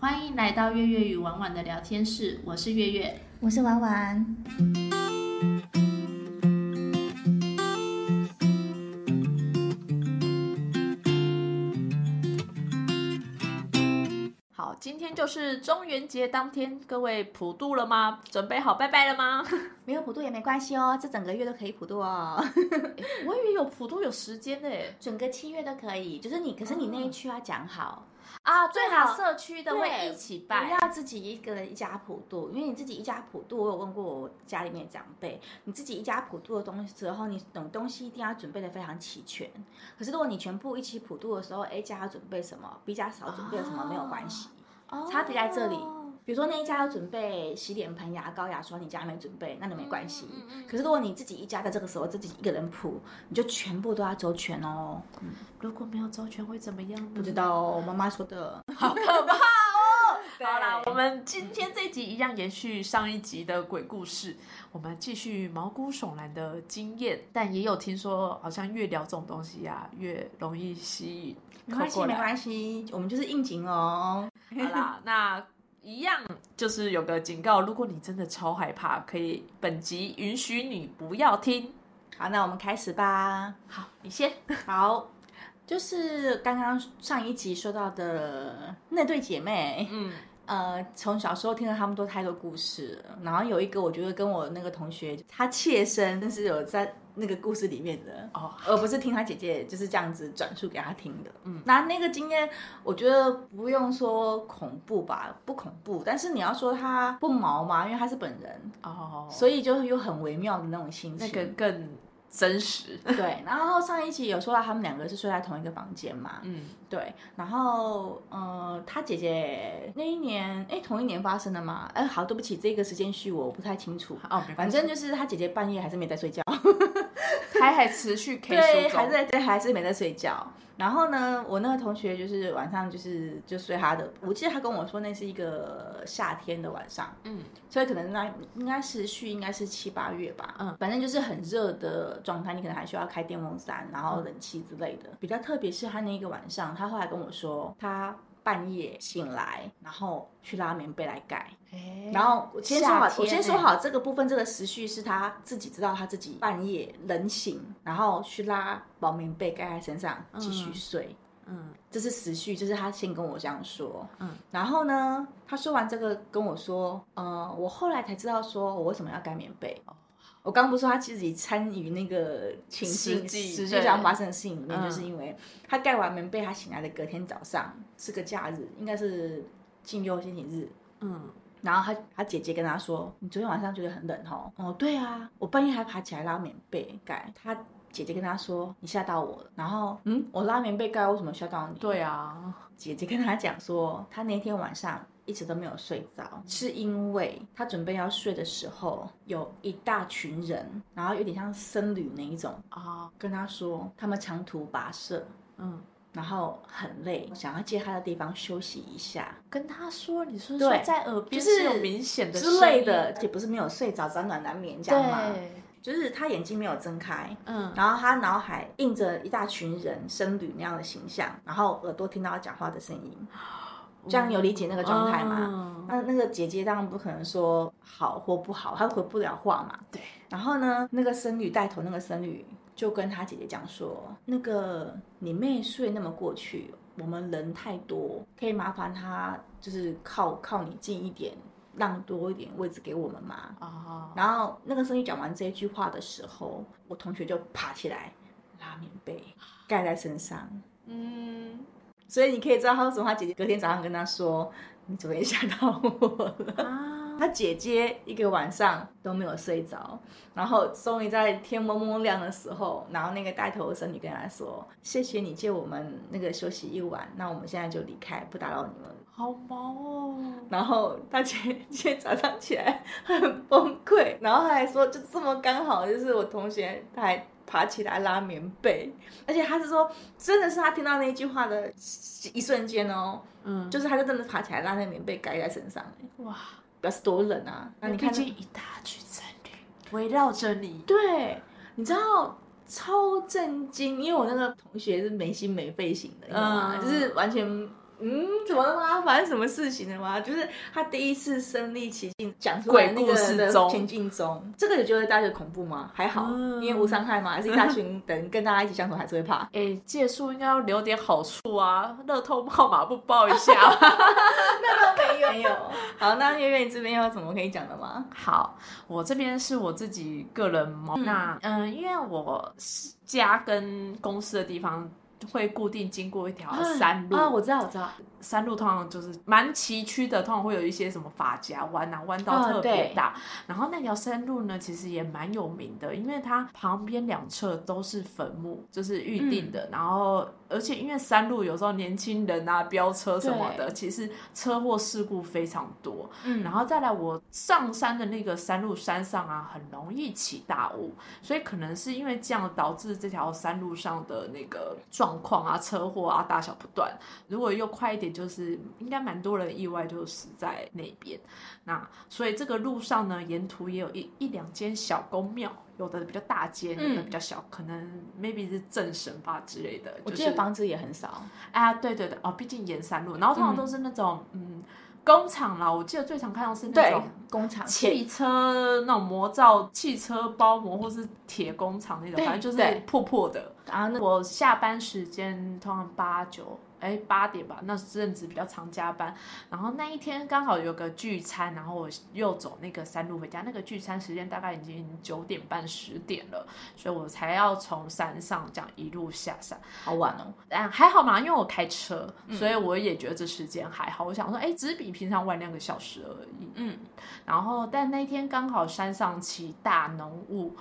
欢迎来到月月与婉婉的聊天室，我是月月。我是婉婉。好，今天就是中元节当天，各位普渡了吗？准备好拜拜了吗？没有普渡也没关系哦，这整个月都可以普渡哦， 我以为有普渡有时间的耶整个七月都可以。就是你，可是你那一区要讲好，啊，最最好好社区的会对一起不拜。要自己一个人一家普渡，因为你自己一家普渡，我有问过我家里面的长辈，你自己一家普渡的东西之后，你等东西一定要准备的非常齐全。可是如果你全部一起普渡的时候，A 家要准备什么，B 家少准备什么、哦没有关系。哦差别在这里比如说那一家要准备洗脸盆、牙膏、牙刷，你家没准备，那就没关系。嗯嗯嗯可是如果你自己一家在这个时候自己一个人谱，你就全部都要周全哦。如果没有周全会怎么样呢？不知道哦，妈妈说的。好可怕哦！对好啦，我们今天这一集一样延续上一集的鬼故事，我们继续毛骨悚然的经验，但也有听说，好像越聊这种东西啊，越容易吸没引关靠系，过没来。关系，我们就是应景哦。 好啦，那一样就是有个警告，如果你真的超害怕，可以本集允许你不要听。好，那我们开始吧。好，你 先。好，就是刚刚上一集说到的那对姐妹，嗯， 呃，从小时候听了他们都太多故事了，然后有一个我觉得跟我那个同学，她切身，但是有在那个故事里面的哦，而不是听她姐姐就是这样子转述给她听的。嗯，那那个经验，我觉得不用说恐怖吧，不恐怖，但是你要说她不毛嘛，因为她是本人，哦，所以就有很微妙的那种心情。那个更真实。对，然后上一集有说到他们两个是睡在同一个房间嘛，嗯，对，然后呃，他姐姐那一年，哎，同一年发生的嘛，哎，好，对不起，这个时间序我不太清楚，哦，没关反系正就是他姐姐半夜还是没在睡觉，还还持续 K 对，书还中是。在对，还是没在睡觉。然后呢，我那个同学就是晚上就是就睡他的，我记得他跟我说那是一个夏天的晚上，嗯，所以可能那应该时序应该是七八月吧，嗯，反正就是很热的状态，你可能还需要开电风扇，然后冷气之类的。嗯比较特别是他那一个晚上，他后来跟我说，他半夜醒来，然后去拉棉被来盖。然后我先说好夏，天我先说欸好这个部分，这个时序是他自己知道他自己半夜冷醒，然后去拉薄棉被盖在身上继续睡。嗯这是时序，就是他先跟我这样说，嗯嗯，然后呢，他说完这个跟我说，呃，我后来才知道说我为什么要盖棉被。哦我刚不是说他自己参与那个情实境际实际对上发生的事情里面，嗯就是因为他盖完棉被，他醒来的隔天早上是个假日，应该是进六星期日，嗯，然后他他姐姐跟他说：“你昨天晚上觉得很冷哦。”哦，对啊，我半夜还爬起来拉棉被盖。他姐姐跟他说：“你吓到我了。”然后，嗯，我拉棉被盖，为什么吓到你？对啊，姐姐跟他讲说，她那天晚上一直都没有睡着，是因为她准备要睡的时候，有一大群人，然后有点像僧侣那一种，啊，跟她说他们长途跋涉，嗯，然后很累，想要借她的地方休息一下跟他说，你是对说在耳边就是是有明显的之类声的，音，也不是没有睡着，辗转难眠这样嘛，对，就是她眼睛没有睁开。嗯，然后她脑海印着一大群人僧侣那样的形象，然后耳朵听到她讲话的声 音，这样有理解那个状态吗？吗？那那个姐姐当然不可能说好或不好，她回不了话嘛。对。然后呢，那个僧侣带头那个僧侣就跟他姐姐讲说：“那个你妹睡那么过去，我们人太多，可以麻烦她就是靠靠你近一点，让多一点位置给我们嘛。啊，然后那个僧侣讲完这句话的时候，我同学就爬起来拉棉被盖在身上。 嗯，所以你可以知道他为什么他姐姐隔天早上跟他说：“你昨天吓到我了。”啊，他姐姐一个晚上都没有睡着，然后终于在天蒙蒙亮的时候，然后那个带头的僧侣跟他说：“谢谢你借我们那个休息一晚，那我们现在就离开，不打扰你们。好毛哦”，然后他姐姐早上起来很崩溃，然后他还说：“就这么刚好，就是我同学他还爬起来拉棉被，而且他是说真的是他听到那句话的一瞬间哦，嗯，就是他就真的爬起来拉那棉被盖在身上，哇，表示多冷啊！那你毕看那竟一大群僧侣围绕着你，对，你知道超震惊，因为我那个同学是没心没肺型的，你知道吗？嗯就是完全嗯，怎么了吗？发生什么事情了吗？就是他第一次身历其境讲出鬼来那故个事人中的情境中，这个你觉得大家恐怖吗？还好，嗯因为无伤害嘛，还是一大群人跟大家一起相处还是 会怕。哎、借宿应该要留点好处啊，乐透号码不报一下 吗？那没哎有没有。好，那月月你这边有什么可以讲的吗？好，我这边是我自己个人猫。那嗯、呃因为我是家跟公司的地方会固定经过一条山路，啊，我知道我知道，山路通常就是蛮崎岖的，通常会有一些什么法夹弯啊，弯道嗯特别对大。然后那条山路呢，其实也蛮有名的，因为它旁边两侧都是坟墓，就是预定的。然后，而且因为山路有时候年轻人啊飙车什么的，其实车祸事故非常多。嗯然后再来，我上山的那个山路山上啊，很容易起大雾，所以可能是因为这样导致这条山路上的那个状况啊、车祸啊大小不断。如果又快一点，就是应该蛮多人意外就死在那边。那所以这个路上呢，沿途也有一一两间小宫庙，有的比较大间，有的嗯比较小，可能 maybe 是正神吧之类的。我就记得是房子也很少，啊，对对对，哦，毕竟沿山路，然后通常都是那种嗯工厂啦，我记得最常看到是那种。工厂汽车那种魔造汽车包膜或是铁工厂那种，对反正就是对破破的。啊，那我下班时间通常八九，哎八点吧，那阵子比较常加班。然后那一天刚好有个聚餐，然后我又走那个山路回家。那个聚餐时间大概已经九点半十点了，所以我才要从山上这样一路下山。好晚哦。但还好嘛，因为我开车，嗯所以我也觉得这时间还好。我想说，哎、只是比平常晚两个小时而已。嗯，然后但那天刚好山上起大浓雾，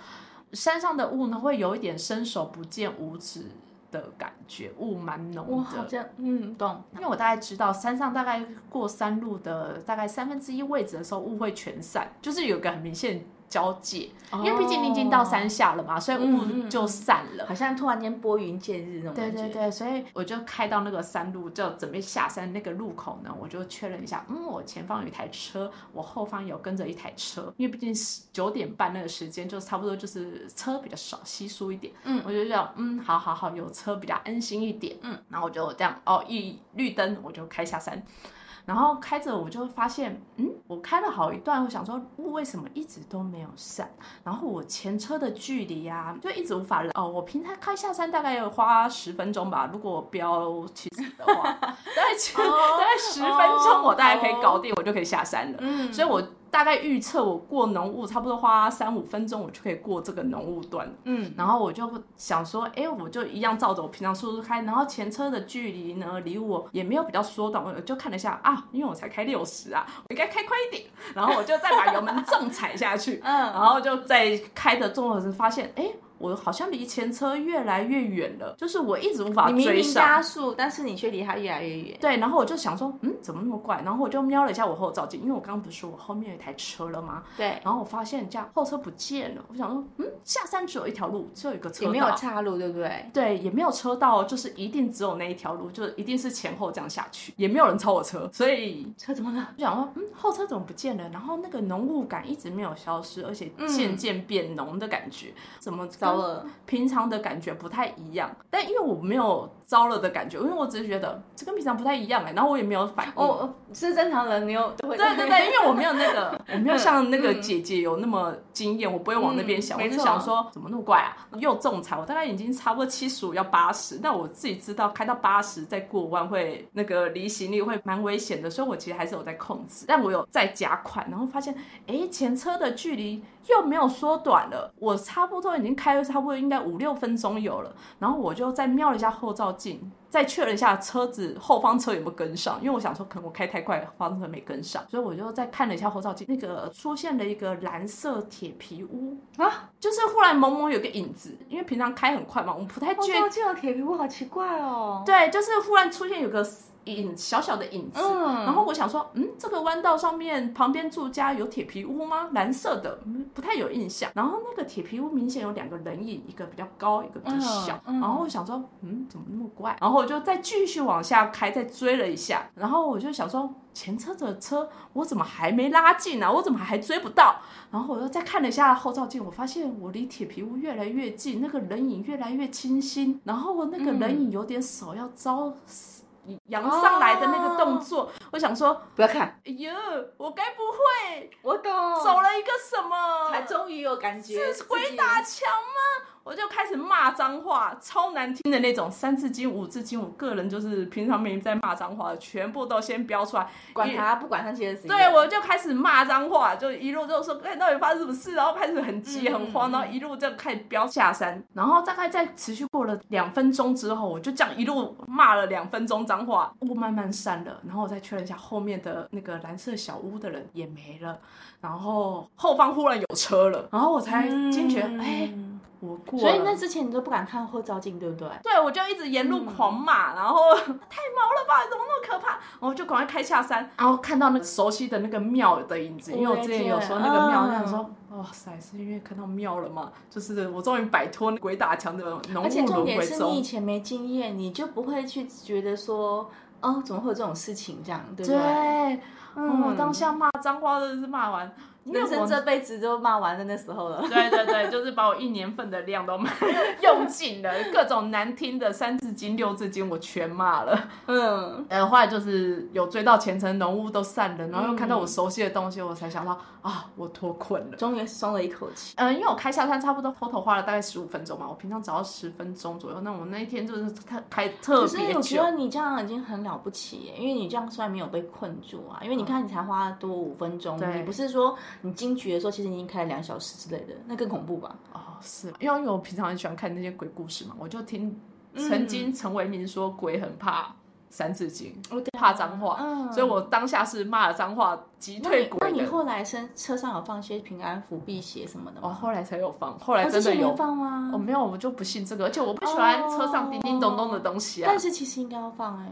山上的雾呢会有一点伸手不见五指的感觉，雾蛮我浓好的。像嗯懂，因为我大概知道山上大概过山路的大概三分之一位置的时候，雾会全散，就是有个很明显交界。哦因为毕竟你已经到山下了嘛，所以嗯雾嗯就散了。好像突然间拨云见日那种对感觉。对对，所以我就开到那个山路，就准备下山那个路口呢，我就确认一下，嗯，我前方有一台车，我后方有跟着一台车，因为毕竟是九点半那个时间就差不多就是车比较少，稀疏一点，嗯，我就想，嗯，好好好，有车比较安心一点，嗯，然后我就这样，哦，一绿灯我就开下山。然后开着我就发现，嗯，我开了好一段，我想说雾为什么一直都没有散？然后我前车的距离啊，就一直无法哦。我平常开下山大概有花十分钟吧，如果我飙七十的话，大概其大概十分钟我大概可以搞定，我就可以下山了。嗯，所以我大概预测我过浓雾差不多花三五分钟，我就可以过这个浓雾段。嗯然后我就想说，哎，我就一样照着我平常速度开，然后前车的距离呢，离我也没有比较缩短，我就看了一下啊，因为我才开六十啊，我应该开快一点， 然后我就再把油门重踩下去，然 嗯，后就在开的重的时候发现，哎，我好像离前车越来越远了，就是我一直无法你明追明上。加速，但是你却离他越来越远。对，然后我就想说，嗯，怎么那么怪？然后我就瞄了一下我后照镜，因为我刚刚不是说我后面有一台车了吗？对，然后我发现这样后车不见了，我想说，嗯，下山只有一条路，只有一个车也道，没有岔路，对不对？对，也没有车道，就是一定只有那一条路，就是一定是前后这样下去，也没有人超我车，所以车怎么了？我想说，嗯，后车怎么不见了？然后那个浓雾感一直没有消失，而且嗯渐渐变浓的感觉，怎么糟了？糟了，平常的感觉不太一样，但因为我没有糟了的感觉，因为我只是觉得这跟平常不太一样哎、然后我也没有反应。哦，哦是正常人，你有对对对对，因为我没有那 个，我没有像那个姐姐有那么经验，我不会往那边想，嗯我没就错想说怎么那么怪啊，又仲裁，我大概已经差不多七十五要八十，但我自己知道开到八十再过弯会那个离行力会蛮危险的，所以我其实还是有在控制，但我有在加快，然后发现诶，前车的距离又没有缩短了，我差不多已经开了差不多应该五六分钟有了，然后我就再瞄了一下后照镜，再确认一下车子后方车有没有跟上，因为我想说可能我开太快，后方车没跟上，所以我就再看了一下后照镜，那个出现了一个蓝色铁皮屋啊，就是忽然蒙蒙有个影子，因为平常开很快嘛，我们不太我确照镜有哦铁皮屋，好奇怪哦。对，就是忽然出现有个影小小的影子，嗯然后我想说，嗯，这个弯道上面旁边住家有铁皮屋吗？蓝色的，嗯，不太有印象。然后那个铁皮屋明显有两个人影，一个比较高，一个比较小。嗯嗯然后我想说，嗯，怎么那么怪？然后我就再继续往下开，再追了一下。然后我就想说，前车的车我怎么还没拉近呢、啊？我怎么还追不到？然后我又再看了一下后照镜，我发现我离铁皮屋越来越近，那个人影越来越清晰，然后我那个人影有点手要招呃扬上来的那个动作，我想说，不要看，哎呦，我该不会我懂，走了一个什么？才终于有感觉，是鬼打墙吗？我就开始骂脏话，超难听的那种，三字经、五字经，我个人就是平常没在骂脏话的，全部都先标出来。管他不管他其实是一对，样我就开始骂脏话，就一路就说，哎、到底发生什么事？然后开始很急、嗯很慌，然后一路就开始飙下山。然后大概在持续过了两分钟之后，我就这样一路骂了两分钟脏话，雾慢慢散了。然后我再确认一下后面的那个蓝色小屋的人也没了，然后后方忽然有车了，然后我才惊觉，嗯哎、我过了。所以那之前你都不敢看后照镜，对不对？对，我就一直沿嗯路狂骂，然后太毛了吧，怎么那么可怕？然后就赶快开下山，然后看到那个熟悉的那个庙的影子，因为我之前有说那个庙，嗯我想说，哇塞，是因为看到庙了嘛？就是我终于摆脱那鬼打墙的浓而且雾重轮点回是你以中。前没经验，你就不会去觉得说，哦，怎么会有这种事情这样，对不对，对？嗯，我当下骂脏话真的是骂完，因为人生我这辈子都骂完了那时候了。对对对，就是把我一年份的量都骂 用尽了，各种难听的三字经、六字经我全骂了。嗯，呃，后来就是有追到前程，浓雾都散了，然后又看到嗯我熟悉的东西，我才想到啊，我脱困了。终于松了一口气。嗯、因为我开下山差不多偷偷花了大概十五分钟嘛，我平常只要十分钟左右。那我那一天就是开开特可是别我觉久，得你这样已经很了不起耶，因为你这样虽然没有被困住啊，因为你看你才花多五分钟，对你不是说你惊觉的时候其实你已经开了两小时之类的，那更恐怖吧？哦，是吗因为我平常很喜欢看那些鬼故事嘛，我就听嗯曾经陈为民说鬼很怕三字经，怕脏话，哦嗯所以我当下是骂了脏话，击那你退那鬼你的。后来身车上有放一些平安符、辟邪什么的哦，吗？后来才有放，后来哦之真的前有没放吗？哦我、没有，我就不信这个，而且我不喜欢车上叮叮咚咚的东西啊。哦但是其实应该要放哎、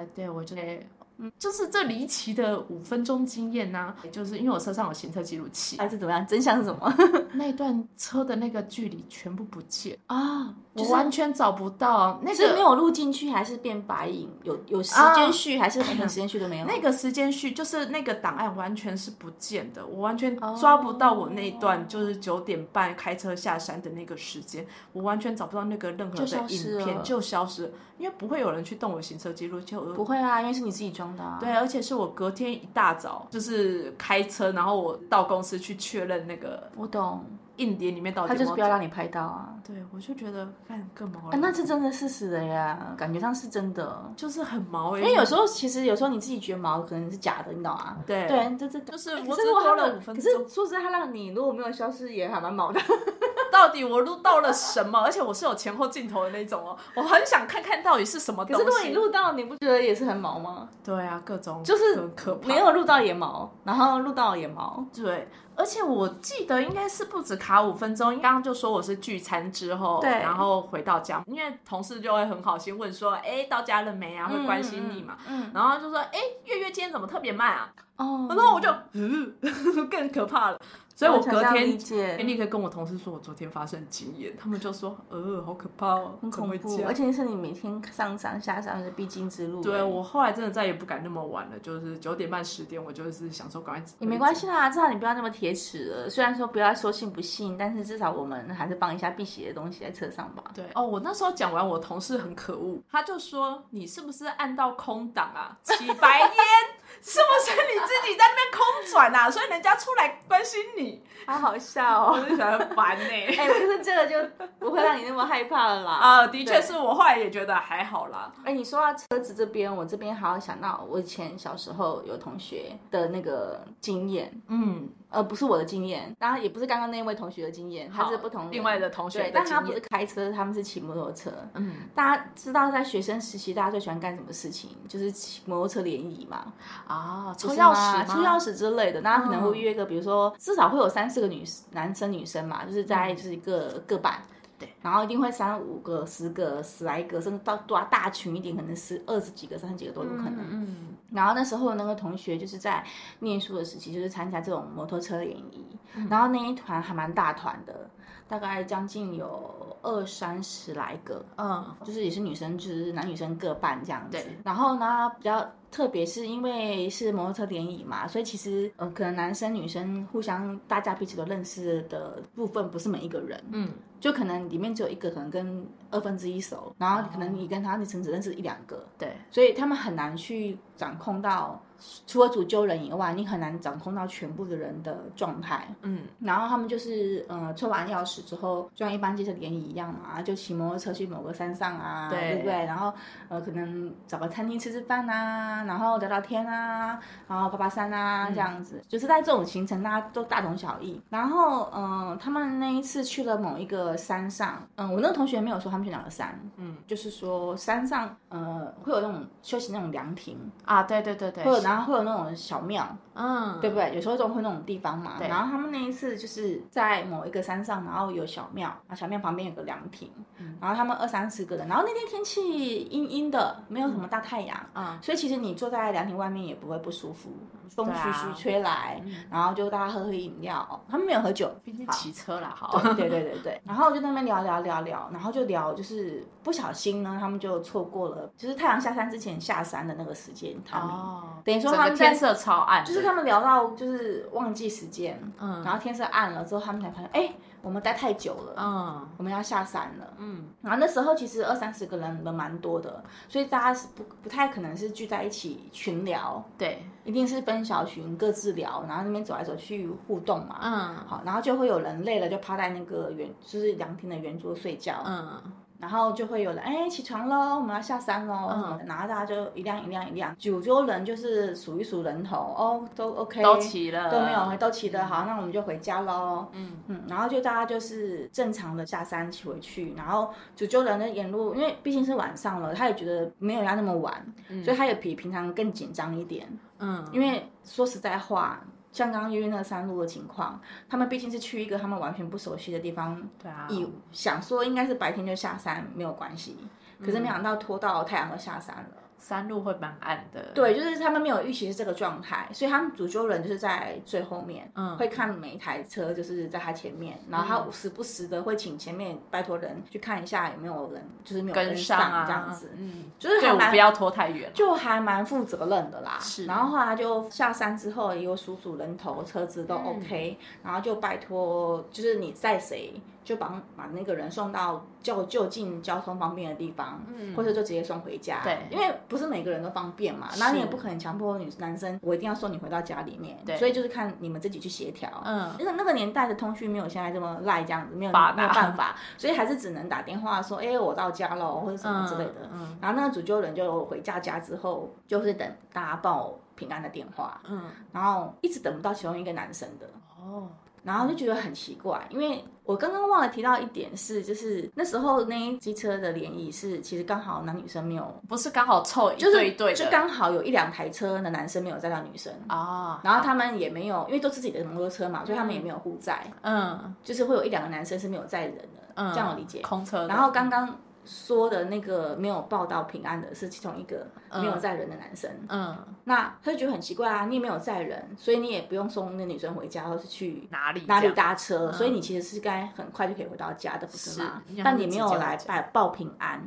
呃，对我觉得。嗯，就是这离奇的五分钟经验呐、就是因为我车上有行车记录器，还是怎么样？真相是什么那一段车的那个距离全部不见，啊？就我是完全找不到那是没个啊有录进去，还是变白影？有有时间序，还是 没有时间序都没有？那个时间序，就是那个档案完全是不见的，我完全哦抓不到我那一段就是九点半开车下山的那个时间，我完全找不到那个任何就消的影失片了就消失了，因为不会有人去动我行车记录器，我不会啊，因为是你自己装的啊。对，而且是我隔天一大早就是开车，然后我到公司去确认那个我懂，硬碟里面到底他就有是没不有。要让你拍到啊。对，我就觉得干更毛啊，了，那是真的事实的呀，感觉上是真的。就是很毛哎、因为有时候其实有时候你自己觉得毛可能是假的，你懂啊？对对，这这就就是我可只是如多果他了们，五分可钟，是说实在，他让你如果没有消失，也还蛮毛的。 到底我录到了什么？而且我是有前后镜头的那种哦，我很想看看到底是什么可东是西。如果你录到，你不觉得也是很毛吗？对啊，各种就是很可怕，没有录到也毛，然后录到也毛。对，而且我记得应该是不止卡五分钟，刚刚就说我是聚餐之后，对然后回到家，因为同事就会很好心问说，哎，到家了没啊？会关心你嘛。嗯，然后就说，哎，月月今天怎么特别慢啊？哦然后我就，嗯， 更可怕了。所以我隔想象理天解立刻跟我同事说，我昨天发生经验，他们就说，呃，好可怕哦，很怎么恐会这怖，样而且是你每天上山下山的必经之路。对欸我后来真的再也不敢那么晚了，就是九点半十点，我就是想说赶快。也没关系啦，至少你不要那么铁齿了。虽然说不要说信不信，但是至少我们还是放一下辟邪的东西在车上吧。对哦，我那时候讲完，我同事很可恶，他就说你是不是按到空档啊，起白烟， 是不是你自己在那边空转啊？所以人家出来关心你，好好笑哦！我就觉得很烦呢、哎、可是这个就不会让你那么害怕了啦。啊、的确是我后来也觉得还好啦。哎、你说到车子这边，我这边还要想到我以前小时候有同学的那个经验，嗯，呃，不是我的经验，当然也不是刚刚那位同学的经验，他好是不同人另外的同学对，的但他经不是验。开车，他们是骑摩托车。嗯大家知道，在学生时期，大家最喜欢干什么事情？就是骑摩托车联谊嘛，啊，抽不是钥吗匙抽吗钥匙之类的。大家可能会约个，比如说至少会有三四个女男生女生嘛，就是在就是一个、个班。嗯对，然后一定会三五个、十个、十来个，甚至到多大群一点，可能十二十几个、三十几个都有可能。嗯然后那时候那个同学就是在念书的时期，就是参加这种摩托车联谊，然后那一团还蛮大团的，大概将近有二三十来个，嗯就是也是女生，就是男女生各半这样子对。然后呢，比较特别是因为是摩托车联谊嘛，所以其实呃，可能男生女生互相大家彼此都认识的部分不是每一个人，嗯，就可能里面只有一个可能跟二分之一熟，然后可能你跟他你只认识一两个，对，所以他们很难去掌控到，除了主揪人以外，你很难掌控到全部的人的状态。嗯，然后他们就是呃抽完钥匙之后，就像一般接着联谊一样嘛，啊就骑摩托车去某个山上啊，对对不对？然后呃可能找个餐厅吃吃饭啊，然后聊聊天啊，然后爬爬山啊、嗯这样子，就是在这种行程大家都大同小异。然后嗯、呃他们那一次去了某一个山上，嗯、我那个同学没有说他们去哪个山，嗯，就是说山上呃会有那种休息那种凉亭，啊，对对对对会，有然后会有那种小庙，嗯，对不对？有时候总会那种地方嘛。对然后他们那一次就是在某一个山上，然后有小庙，然后小庙旁边有个凉亭，嗯然后他们二三十个人，然后那天天气阴阴的，没有什么大太阳，嗯所以其实你坐在凉亭外面也不会不舒服，风对徐啊徐吹来，然后就大家喝喝饮料，他们没有喝酒，嗯毕竟好骑车啦，好，对对对对，然后就在那边聊聊聊聊，然后就聊，就是不小心呢，他们就错过了，就是太阳下山之前下山的那个时间，他们、哦，等于说整他个们在天色超暗的，就是他们聊到就是忘记时间，嗯然后天色暗了之后，他们才发现，哎、我们待太久了，嗯我们要下山了。嗯，然后那时候其实二三十个人人蛮多的，所以大家是不不太可能是聚在一起群聊，对，一定是分小群各自聊，然后那边走来走去互动嘛。嗯好，然后就会有人累了就趴在那个圆，就是凉亭的圆桌睡觉，嗯然后就会有人哎起床喽，我们要下山喽什嗯么的，然后大家就一辆一辆一辆，九州人就是数一数人头哦，都 OK，都齐了，都没有，都骑得嗯好，那我们就回家喽。嗯嗯，然后就大家就是正常的下山骑回去，然后主揪人的沿路，因为毕竟是晚上了，他也觉得没有要那么晚，所以他也比平常更紧张一点。嗯，因为说实在话，像刚刚约那个山路的情况，他们毕竟是去一个他们完全不熟悉的地方，对啊，以想说应该是白天就下山没有关系，可嗯是没想到拖到太阳都下山了。山路会蛮暗的，对，就是他们没有预期是这个状态，所以他们主揪人就是在最后面，嗯，会看每一台车就是在他前面，然后嗯他时不时的会请前面拜托人去看一下有没有人，就是没有跟上上啊这样子，嗯，就是对还我蛮不要拖太远，就还蛮负责任的啦。是然后后来他就下山之后也有数数人头，车子都嗯 OK，、然后就拜托，就是你载谁，就把把那个人送到就就近交通方便的地方，或者就直接送回家。嗯对因为不是每个人都方便嘛，是那你也不可能强迫女男生我一定要送你回到家里面，对所以就是看你们自己去协调。嗯那个那个年代的通讯没有现在这么赖这样子，没有发达没有办法，所以还是只能打电话说，哎、我到家喽，或者什么之类的。嗯然后那个主揪人就回家家之后，就是等大家报平安的电话，嗯，然后一直等不到其中一个男生的，哦，然后就觉得很奇怪，因为我刚刚忘了提到一点是，就是那时候那一机车的联谊是其实刚好男女生没有，不是刚好凑一就是对一对就的刚好有一两台车的男生没有载到女生。啊，然后他们也没有，因为都自己的摩托车嘛，所以他们也没有互载，嗯就是会有一两个男生是没有载人的，嗯，这样我理解。空车的，然后刚刚说的那个没有报道平安的是其中一个嗯没有载人的男生，嗯那他就觉得很奇怪啊，你也没有载人，所以你也不用送那女生回家，或是去哪里哪这里样搭车，所以你其实是该很快就可以回到家的，不嗯是吗是？但你没有来直接报报平安，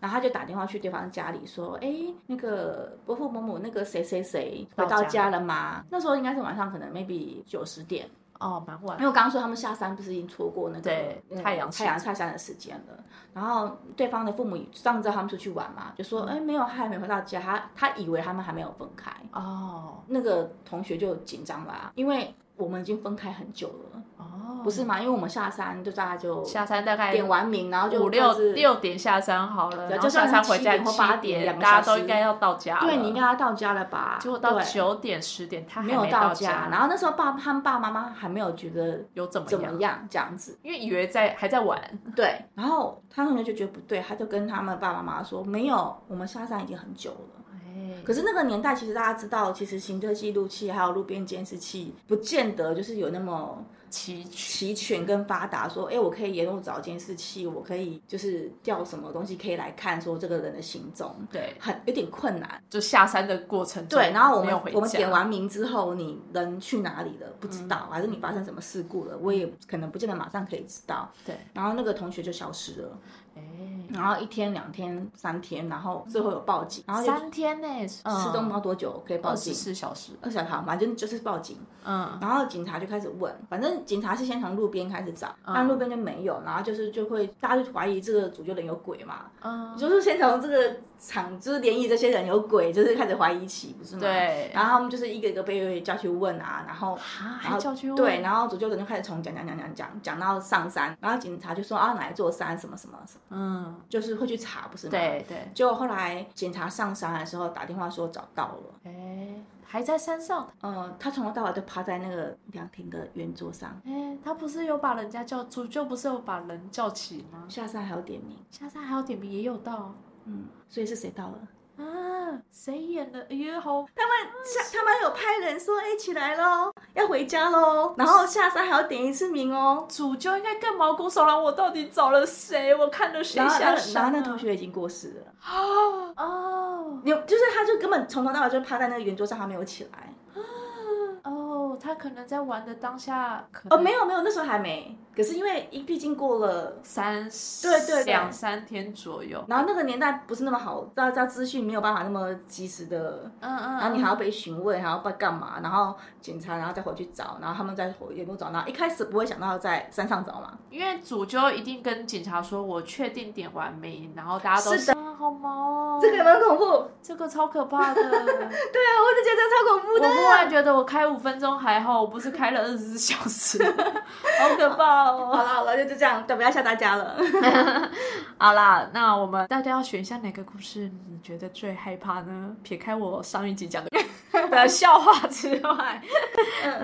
然后他就打电话去对方家里说，哎，那个伯父伯母那个谁谁谁回到到家家了吗？那时候应该是晚上，可能 maybe 九十点，哦，蛮晚因为我刚刚说他们下山不是已经错过那个对那个太阳嗯太阳下山的时间了，然后对方的父母上知道他们出去玩嘛，就说哎、没有，他还没回到家，他他以为他们还没有分开，哦那个同学就紧张啦、因为我们已经分开很久了，哦，不是吗？因为我们下山就大家就下山大概点完名，然后就哎五六各自六点下山好了，对然后就算下是山回7家点或8 7点两个大家小都时应该要到家了。对你应该要到家了吧？结果到对九点十点，他还没有到家，然后那时候爸他们爸爸妈妈还没有觉得有怎么怎样？么样这样子。因为以为在还在玩，对，然后他同学就觉得不对，他就跟他们爸爸妈妈说，没有，我们下山已经很久了。哎，可是那个年代，其实大家知道，其实行车记录器还有路边监视器，不见得就是有那么崎岖。齐全跟发达，说，哎、我可以沿路找监视器，我可以就是调什么东西可以来看，说这个人的行踪，对，很有点困难。就下山的过程中对，然后我没有们回家嗯我们点完名之后，你人去哪里了？不知道，还是你发生什么事故了？我也可能不见得马上可以知道。对，然后那个同学就消失了，哎，然后一天、两天、三天，然后最后有报警，然后就嗯三天呢，失失踪不知道多久可以报二十警，四小时，二小时，反正就是报警。嗯，然后警察就开始问，反正警察是先从路边开始找，嗯但路边就没有，然后就是就会大家就怀疑这个主角人有鬼嘛，嗯，就是先从这个场就是联谊这些人有鬼，就是开始怀疑起，不是吗？。嗯对，然后他们就是一个一个被叫去问啊，然后啊，然还后叫去问对，，然后主角人就开始从讲讲讲讲讲讲到上山，然后警察就说啊哪一座山什么什么什么，嗯，就是会去查，不是吗？。对对，就后来警察上山的时候打电话说找到了，哎，还在山上，呃，他从头到尾都趴在那个凉亭的圆桌上，哎，他不是有把人家叫，主就不是有把人叫起吗？下山还有点名。下山还有点名也有到嗯，所以是谁到了？啊，谁演的？哎呀，好下他们有派人说，哎、起来喽，要回家喽，然后下山还要点一次名哦。主就应该更毛骨悚然。我到底找了谁？我看了谁然后下那个然后山那呢？个同学已经过世了，啊哦你就是他就根本从头到尾就趴在那个圆桌上，他没有起来。哦，他可能在玩的当下，可哦，能没有没有，那时候还没。可是因为一毕竟过了，三对对对两三天左右。然后那个年代不是那么好，大家资讯没有办法那么及时的。嗯嗯，然后你还要被询问，还要被干嘛？然后警察，然后再回去找，然后他们再回沿路找。然后一开始不会想到在山上找嘛，因为主就一定跟警察说，我确定点完名，然后大家都是的啊，好毛哦，这个有没有恐怖？这个超可怕的。对啊， 我就觉得超恐怖的我。忽然觉得我开五分钟还好，我不是开了二十四小 时，好可怕哦。好了好了，就就这样，对，不要吓大家了。 好啦，那我们大家要选一下哪个故事你觉得最害怕呢？撇开我上一集讲 的的笑话之外，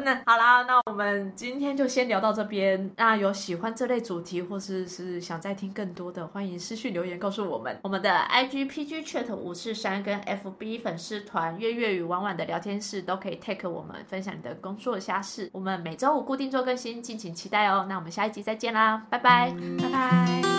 那好啦，那我们今天就先聊到这边。那有喜欢这类主题，或是是想再听更多的，欢迎私讯留言告诉我们。我们的 IG PG Chat 五四三跟 FB 粉丝团月月与婉婉的聊天室都可以 take 我们分享你的工作瞎事。我们每周五固定做更新，敬请期待哦。那我们下一集再见啦，拜拜，拜拜。